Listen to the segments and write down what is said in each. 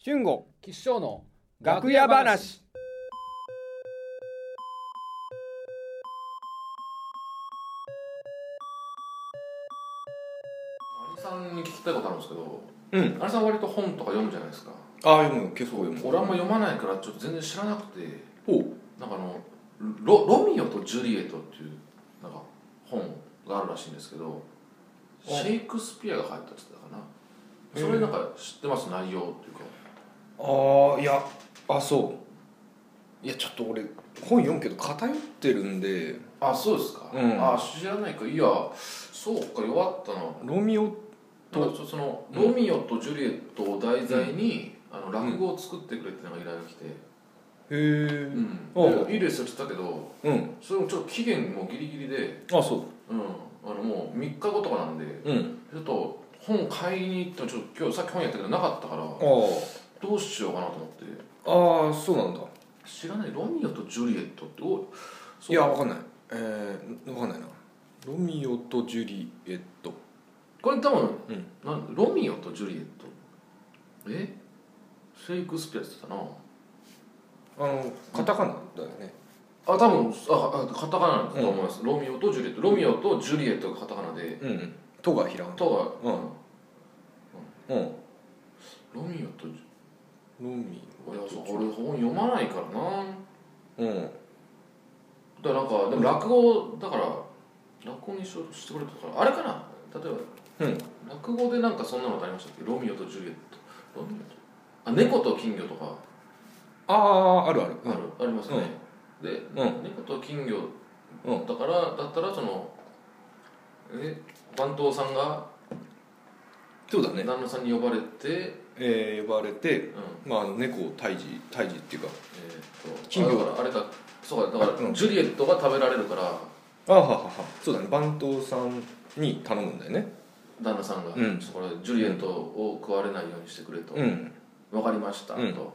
俊吾吉祥の楽屋話アニさんに聞きたいことあるんですけど、うんアニさん割と本とか読むじゃないですか。ああ読む結構読俺あんま読まないからちょっと全然知らなくて、おなんかあのロロミオとジュリエットっていうなんか本があるらしいんですけど、シェイクスピアが入ったって言ってたかな。へえそれなんか知ってます内容っていうか。ああいやあそういやちょっと俺本読むけど偏ってるんであ、そうですか。うんあ、知らないか。いや、そうか弱ったな。ロミオとなんかそのロミオとジュリエットを題材に、あの落語を作ってくれってなんか依頼が来て、へえうんでいいですよって言ったけど。うんそれもちょっと期限もギリギリで、あそううん、あのもう3日後とかなんでうんちょっと本買いに行ってもちょっと今日さっき本やったけどなかったからあどうしようかなと思ってあああそうなんだ知らないロミオとジュリエットっておそういやわかんないえー、わかんないなロミオとジュリエットこれ多分、うんなんロミオとジュリエットえシェイクスピアって言ってたなあのカタカナだよねあ多分ああカタカナだと思います、ロミオとジュリエットロミオとジュリエットがカタカナでうんうん「と」がひらがなとは、うんうんロミオとジロミュリエット俺本読まないからなオうんだからなんかでも落語だから落語にしようとしてくれたからあれかな例えば、落語でなんかそんなのってありましたっけロミオとジュリエットロミオとあ猫と金魚とかあああるあるある、ありますね、で、う猫と金魚うだからだったらそのえ番頭さんがそうだね旦那さんに呼ばれて、えー、呼ばれて、うんまあ、あの猫を退治退治っていうかえーっと金魚あだからあれだそうかだから、うんジュリエットが食べられるからあはははそうだね番頭さんに頼むんだよね旦那さんが、うんちょっとこれジュリエットを食われないようにしてくれと、うんわかりました、うんと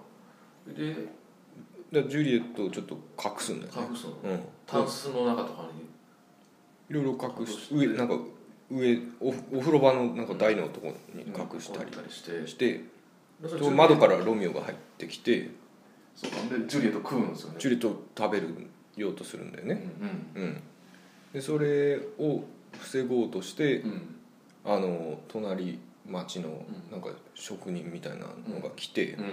ででジュリエットをちょっと隠すんだよね隠すのうんタンスの中とかにいろいろ隠隠しして上なんか上おお風呂場のなんか台のところに隠したりりしてして、でそれと窓からロミオが入ってきてそうでジュリエット食うんですよねジュリエットを食べるようとするんだよねうんうんでそれを防ごうとしてうんうんあの隣町のなんか職人みたいなのが来て、うん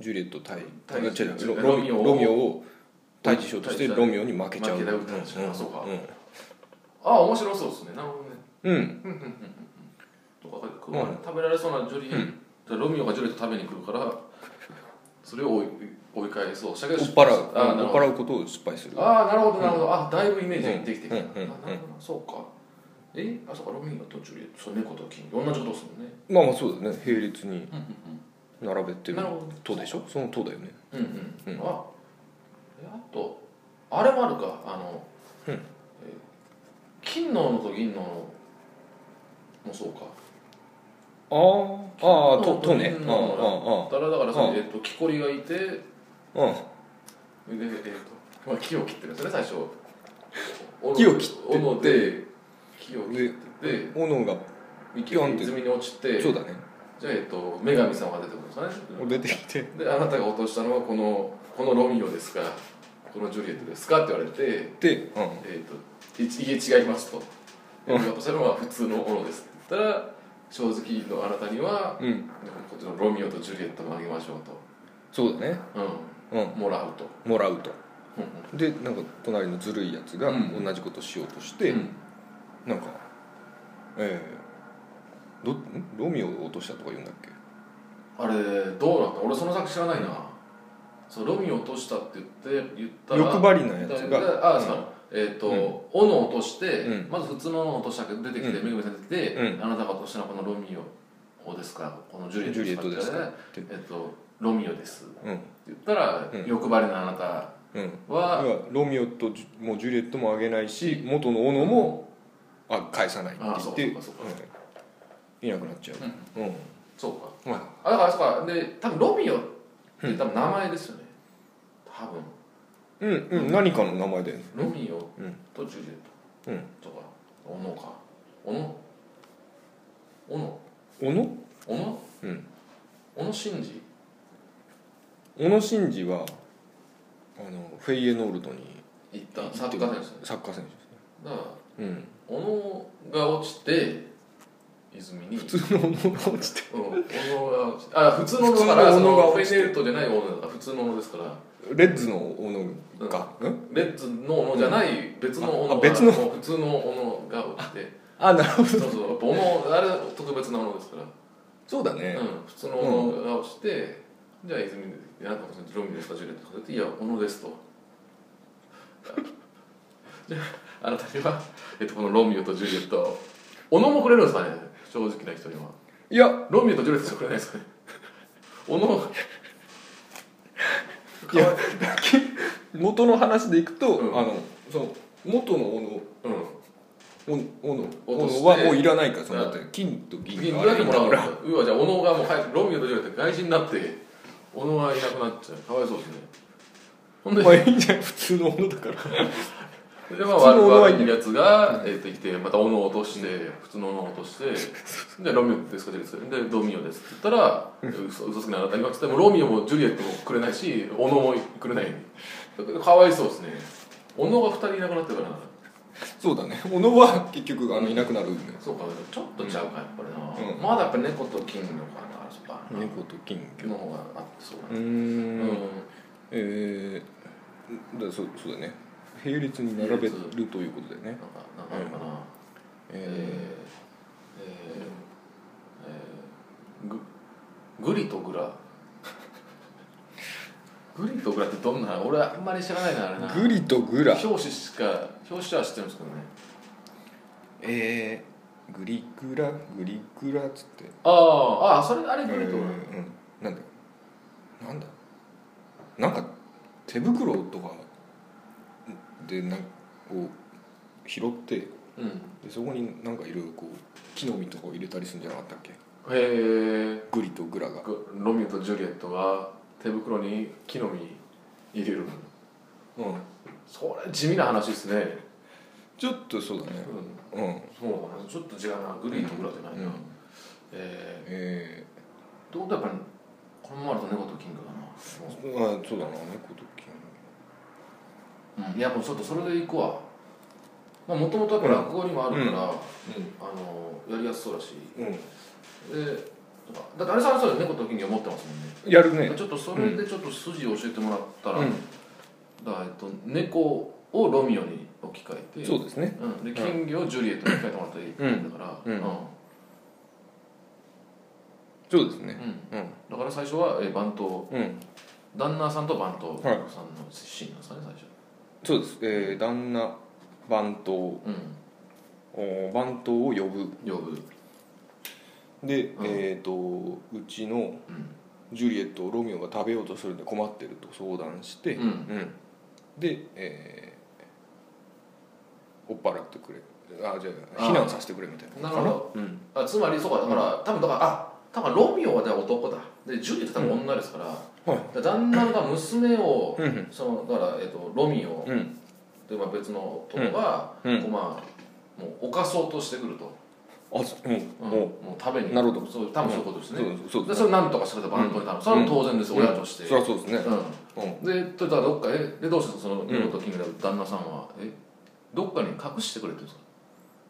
ジュリエット対対違う違うロロミミオオををロミオを退治しようとして退治ロミオに負けちゃう負けちゃうって話うんあそうかうああ面白そうですねなるほどねん、うんとか食われ食べられそうなジュリエット、ロミオがジュリエット食べに来るからそれを追い追い返そうしたけ追どっ払うああな追るっ払ほどうことを失敗するああなるほどなるほど、あだいぶイメージできてきた、うんうんうんあなるほどそうかえあそうかロミオとジュリエットそう猫と金魚同じことですもんねまあまあそうだね並列にうんうん並べてるなるほどとでしょそのとだよねうんうん、あえあとあれもあるかあの、え金の斧と銀の斧もそうかああああとうんとねうあんああだからだからそのうえっと木こりがいてであああえっと、まあ、木を切ってるんですね最初 斧木を切って斧で木を切ってて斧が池に泉に落ちてそうだねじゃあえっと女神様が出てくるんですかね出てきてであなたが落としたのはこのこのロミオですかこのジュリエットですかって言われてでうんえー、といいえ違いますとうん私のは普通のものですって言ったら正直のあなたにはうんこっちのロミオとジュリエットをあげましょうそうだねと、ううん、もらうと、んもらうとうんうんでなんか隣のずるいやつがうん同じことしようとして、うんなんかえー、どんロミオを落としたとか言うんだっけあれどうなった俺その作知らないなそうロミオ落としたって言って言ったら欲張りなやつががあ、そうえっ、と、うん斧を落として、うんまず普通の斧を落としたけど出てきて、うめぐみさん出てきて、うあなたが落としたのはこのロミオをですかこのジュリエットジュリエットですかですかって言ったらえっ、とロミオですうんって言ったら、うん欲張りなあなたうんは、要はロミオとジュもうジュリエットもあげないし元の斧も、あ返さないってあ言そうっかてそうかそうか、うんいなくなっちゃううん、そうかはいあだからそうかで多分ロミオって多分名前ですよね、多うんうん、何かの名前だよね分ロミオうんとジュリエうットとか斧か斧斧斧斧うん小野伸二小野伸二はあのフェイエノールドに行ったサッカー選手サッカー選手ですだからうん 小野が落ちて泉に普通の小野が落ちてうん、小野が落ちあ普普通のだからそ通の小野がのフェ落ちイてネルトじゃない小野だから普通の小野ですからレッズの小野か、うん、レッズの小野じゃない別の小野があ別のもう普通の小野が落ちてあなるほどそうそう小野あれ特別な小野ですからそうだね、うん、普通の小野が落ちて、じゃあ泉でなんかそのロミですかジュレットかっていや小野ですと じゃああなたには、えっと、このロミオとジュリエット小野もくれるんですかね正直な人にはいやロミオとジュリエットしかくれないですかね小野いや元の話でいくと、うんあのその元の小野うんお斧落とし斧てはもういらないからそのうんだって金と銀銀がどあうやれっていもならうくなるのうわじゃあ小野がもう早くロミオとジュリエット外人になって小野がいなくなっちゃうかわいそうですねほんでまあいいんじゃない普通の斧だから でまあ普通の悪斧はいいいんだやつが、えー、と生きてまた斧を落として、普通の斧を落としてでロミオですかジュリエットですでロミオですって言ったら嘘嘘つきなあなたには来てもロミオもジュリエットもくれないし斧もくれないかわいそうですね斧が2人いなくなってるからなそうだね斧は結局あのいなくなるんだよそうかちょっとちゃうかやっぱりな、うんまだやっぱ猫と金のかな争いかな猫と金の方があってそううーだねんうんえー、だそうそうだね並列に並べるということだよねなんかなんかあるかな、えー、ええーえーぐグリと グラグリとグラってどんな俺あんまり知らないなあれなー、グリとグラ表紙しか表紙は知ってるんですけどねえー、グリグラグリグラっつってああああそれあれグリえーとうグんラ、なんだなんだなんか手袋とかでなんかこう拾ってでうんそこになんかいろいろこう木の実とかを入れたりするんじゃなかったっけへえグリとグラがロミオとジュリエットが手袋に木の実入れるうんそれ地味な話ですね、ちょっとそうだねううんん、そうだなちょっと違うなグリとグラじゃないうな、んえーえどうだやっぱりこのままだと猫とキングー、だなあそうだな猫と金もう、いやもうちょっとそれでいくわまあもともとやっぱ落語にもあるから、うんあのやりやすそうだしうん、うんでだからだってあれさんはそうだよ猫とキングは持ってますもんねやるねちょっとそれでちょっと筋を教えてもらったら、うんだからえっと猫をロミオに置き換えてそうですねうん、で金魚をジュリエットに置き換えてもらったらいいんだから、うんうんうんそうですねうんだから最初は、えー、番頭うん旦那さんと番頭さはんいのシーンなんですかね最初、そうです、えー、旦那番頭お番頭を呼ぶうん呼ぶで、うんえっ、とうちのジュリエットをロミオが食べようとするんで困ってると相談して、うんうんで、えー追っ払ってくれあじゃああ避難させてくれみたいななるほどかなうんあつまりそうかだから、多分だからあ多分ロミオはね男だでジュリエット多分女ですから,、はい旦那が娘を、うんそのだから、えっとロミオうんというまあ別の男が、うんこうまあもう犯そうとしてくると、あそううんうんももう食べになるほどそう多分そういうことですね、うそうそうでですそれをなんとかしてくれた番頭に多分、それは当然です、うん親として、そりゃそうですねうんうんでとだからどっかへでどうしてそのん猫とキングダム旦那さんは、えどっかに隠してくれって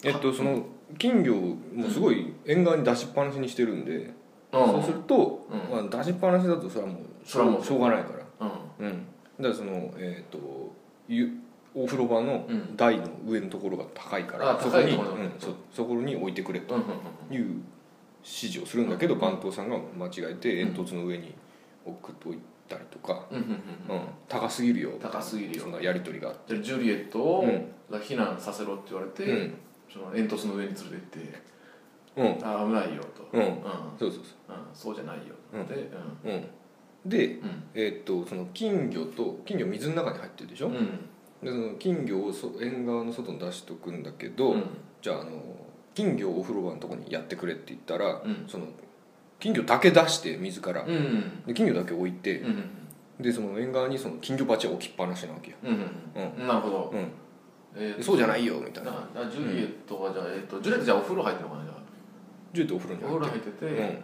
言うんですかえっとその金魚をもうすごい沿岸に出しっぱなしにしてるんで、そうすると、まあ、出しっぱなしだとそれはもうそれはもうしょうがないからうんうん、だからそのえっ、とゆお風呂場のうん台の上のところが高いから、あそこ高いに、ところうん、そそこに置いてくれうんうんうんという指示をするんだけど番頭さんが間違えて煙突の上に置く置いたりとか、うんうんうんうん高すぎるよ高すぎるよそんなやり取りがあっでジュリエッてトを、うんが避難させろって言われて、うんその煙突の上に連れて行ってうん「あ危ないよ」と「うんうんうんそうそうそうじゃないよ」うんで、うんそううんで、うんえっ、とその金魚と金魚水の中に入ってるでしょ、うんでその金魚をそ縁側の外に出しとくんだけど、うんじゃああの金魚をお風呂場のとこにやってくれって言ったら、うんその金魚だけ出して水から、うんうんで金魚だけ置いて、うんでその縁側にその金魚鉢を置きっぱなしなわけよ、うんうんうんなるほど、うんえでそうじゃいないよみただいかならあジュリエットはじゃあ、えっとジュリエットじゃあお風呂入ってるのかなじゃあジュートお風呂にお風入呂っ入ってて、て、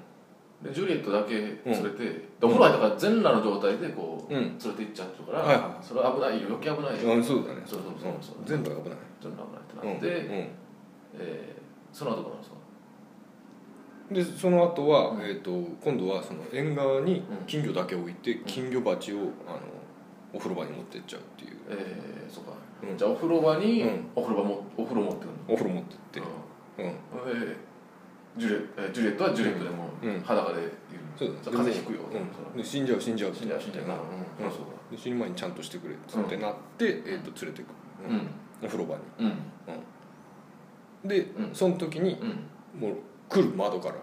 でジュリエットだけ連れて、でお風呂入ったから全裸の状態でこうう連れて行っちゃってるから、はいはそれは危ないよ余計危ないようんそうだねそうそうそうそう全部が危ない全裸危うないんってなって、うんえーその後どうなんですかでその後は、うんえー、と今度はその縁側にうん金魚だけ置いて、ん金魚鉢をあのお風呂場に持ってっちゃうっていうえー、そうか、うんじゃあお風呂場に、うんお風呂場もお風呂持ってくるのお風呂持ってって、うんうんえージュリエえージュリエットはジュリエットでもうん裸でいる、そうだじゃあ風邪ひくよ、うん、で死んじゃう死んじゃうって死んじゃう死んじゃうな、うん、そうで死ぬ前にちゃんとしてくれっつってなって、えー、と連れてく、だうんお風呂場にうんで、うんその時にうんもう来る窓から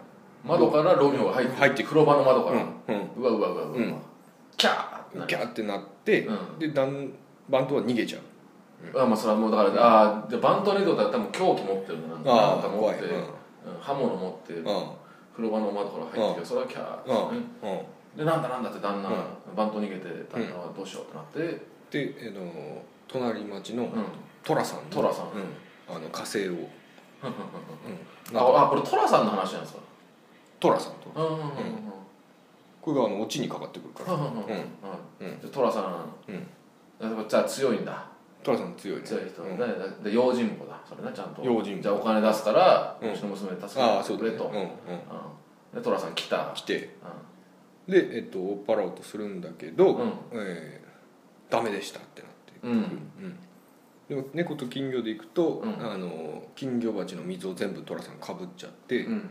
窓からロミオが入って入ってく風呂場の窓から、うんうんうわうわうわうわ、うんキャーってなギるャーってなって、うんでだんバントは逃げちゃうあまあそれはもうだから、ああでバントネットだったら多分凶器持ってるのなんかなんああか持怖っいて、ううんん刃物持ってうん風呂場の窓から入ってきてそれはキャーですね、うんでなんだなんだって旦那、うバント逃げて旦那はどうしようってなって、で、えの隣町のうん寅さんのトラさん、うん、あの火星を、うん、なんかああこれトラさんの話なんですか寅さんとうんうんうんうんうんこれがあのオチにかかってくるからうんうんうんうんでトラさん、うんじゃあ強いんだ寅さん強いね強い人、うんでで用心棒だそれなちゃんと用心棒じゃあお金出すから、ううんちの娘助けああてそうだくれねと、うんうんでトラさん来たうん、来てうで、えっと追っ払おうとするんだけど、うんえーダメでしたってなってん、うんでも猫と金魚で行くと、うんあの金魚鉢の水を全部寅さんかぶっちゃって、うん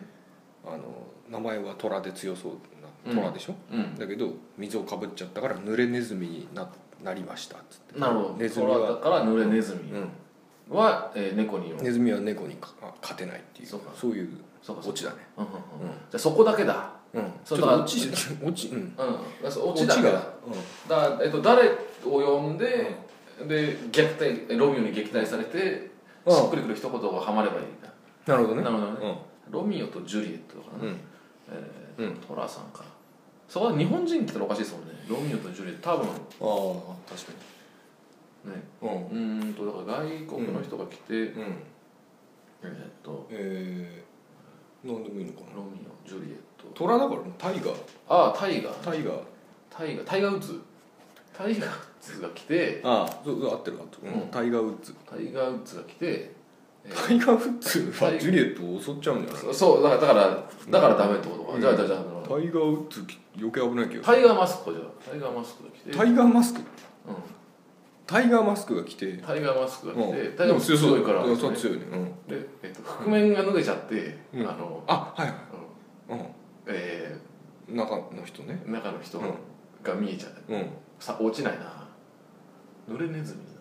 あの名前は虎で強そううんな虎でしょ、うんだけど水をかぶっちゃったから濡れネズミにななりましたっつってなるほどネズトミラはだから濡れネズミうんは、えー猫によネズミは猫にかあ勝てないっていうそそううかいうそうかそオうかチだねうんうんうんじゃあそこだけだうんちょそっうだからとオチオチうんうんだからオチだけだがだから、えっと、誰を呼んで、で虐待ロミオに撃退されて、うんしっくりくる一言がはまればいいんだ、なるほどねなるほどねロミオとジュリエットだからうね、んえートラさんかそこは日本人って言ったらおかしいですもんねロミオとジュリエット多う分んああ確かねにううんーんとだから外国の人が来て、うんえーっとえー、何でもいいのかなロミオジュリエット虎だからねタイガーああタイガータイガータイガータイガーウッズタイガーウッズが来てああそうそう合ってる合ってる、ううんん、タイガー・ウッズタイガーウッズが来てタイガー・ウッズタイはジュリエットを襲っちゃうんじゃないそそうだからだからだからダメってことか、うんじゃあじゃあじゃあタイガー・ウッズ余計危ないけどタイガーマスクじゃあタイガーマスクが来て、タイガーマスクうタイガーマスクが来てん、タイガーマスクが来て、うんタイガーマスク強いから、うんね、そう強いね、うん、で、えっと、覆面が脱げちゃって、うんあの、あはいうんはい、えうん、中の人ねー、中の人うんが見えちゃう、うさ落ちないな濡れネズミにな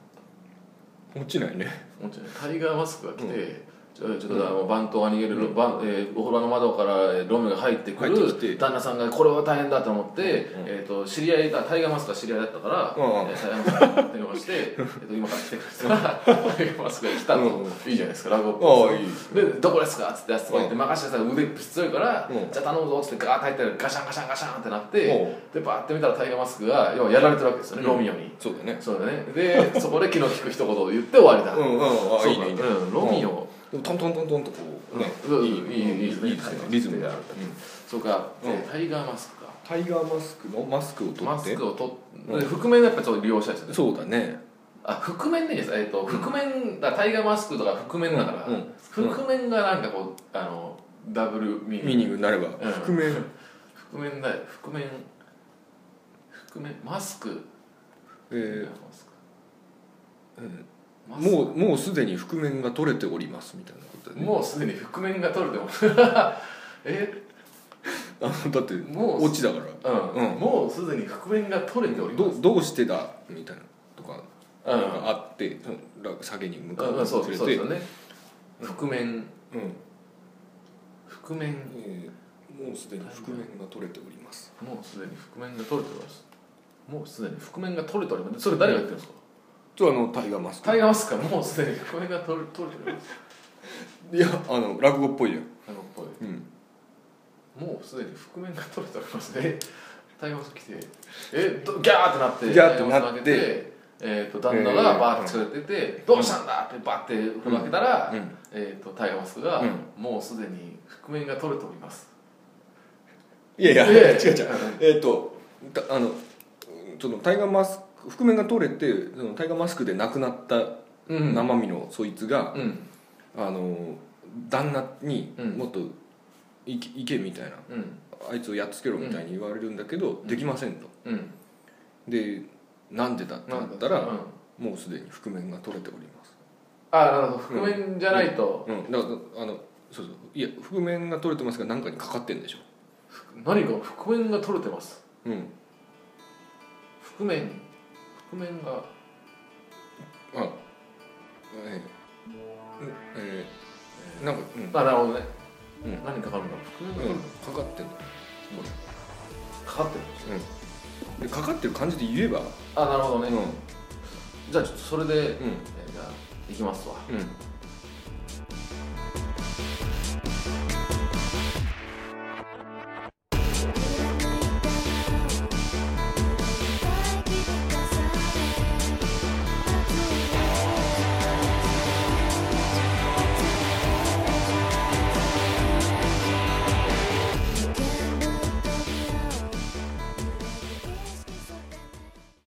っん落ちないねた落ちないタイガーマスクが来て、ちょちょっとあの番頭が逃げる、番えー、お風呂の窓からえーロムが入ってく入ってきるて旦那さんがこれは大変だと思って、うんえー、と知り合いだタイガーマスクが知り合いだったから、うんえータイガーマスクに電話して、えー、と今から来てく れたらタイガーマスクが来たと、うんいいじゃないですかラグオああいいで「どこですか?」っつってやつとか言って任せてたら腕強いから「うんじゃあ頼むぞ」っつってガーッて入ったらガシャンガシャンガシャンってなっておうでバーって見たらタイガーマスクが要はやられてるわけですよね、うんロミオにそうだねそうだねでそこで気の利く一言を言って終わりだ、うんうんああそういいいねいいねうん、ロミオ、でもトントントントンとこうねうんいいいいいいいいいいですねリズムがあるそうか、うんでタイガーマスクかタイガーマスクのマスクを取マっスてクを取って、で覆面やっぱちょっと利用したいですねそうだねあ覆面でいいですえっ、と覆面だタイガーマスクとか覆面だから、うんうん覆面がなんかこうあのダブルミーニングミーニングになればん覆面覆面だよ覆面覆面マスクえーマスクマスクもうもうすでに覆面が取れておりますみたいなことだねもうすでに覆面が取れてますえ あのだってもう落ちだからうん、うんもうすでに覆面が取れておりますどどうしてだみたいなとかうんうんがあってそのら下げに向かうんそうっそてくれうそうてですよね覆面うん覆面えーもうすでに覆面が取れておりますもうすでに覆面が取れておりますもうすでに覆面が取れておりますそれ誰が言ってるんですか、ちょあのタイガーマスクタイガーマスクはもうすでに覆面が取れ取れておりますいやあの落語っぽいじゃんあのこれうんもうすでに覆面が取れておりますねタイガーマスク来てえどギャーってなってギャーってなってタイガーマスク上げえー、と旦那がバーって連れてて、どうしたんだってバーってふざけたら、うんえー、とタイガーマスクが、うんもうすでに覆面が取れておりますいやいや、いやいや違う違うえっとたあのそのタイガーマスク覆面が取れてそのタイガーマスクで亡くなったうん生身のそいつが、うんあの旦那にうんもっといけいけみたいなうんあいつをやっつけろみたいに言われるんだけど、できませんとうんでなんでだってなったらうんもうすでに覆面が取れておりますあなるほど覆面じゃないとうん、だからあのそうそういや覆面が取れてますが何かにかかってんでしょ何か覆面が取れてますうん覆面覆面があええええなんかうん、あなるほどねうん何かかるんだ覆面がう取れんて、かかってんのますかかってでるかかってる感じで言えばあなるほどうねんうんじゃあちょっとそれでえーじゃあ行きますわう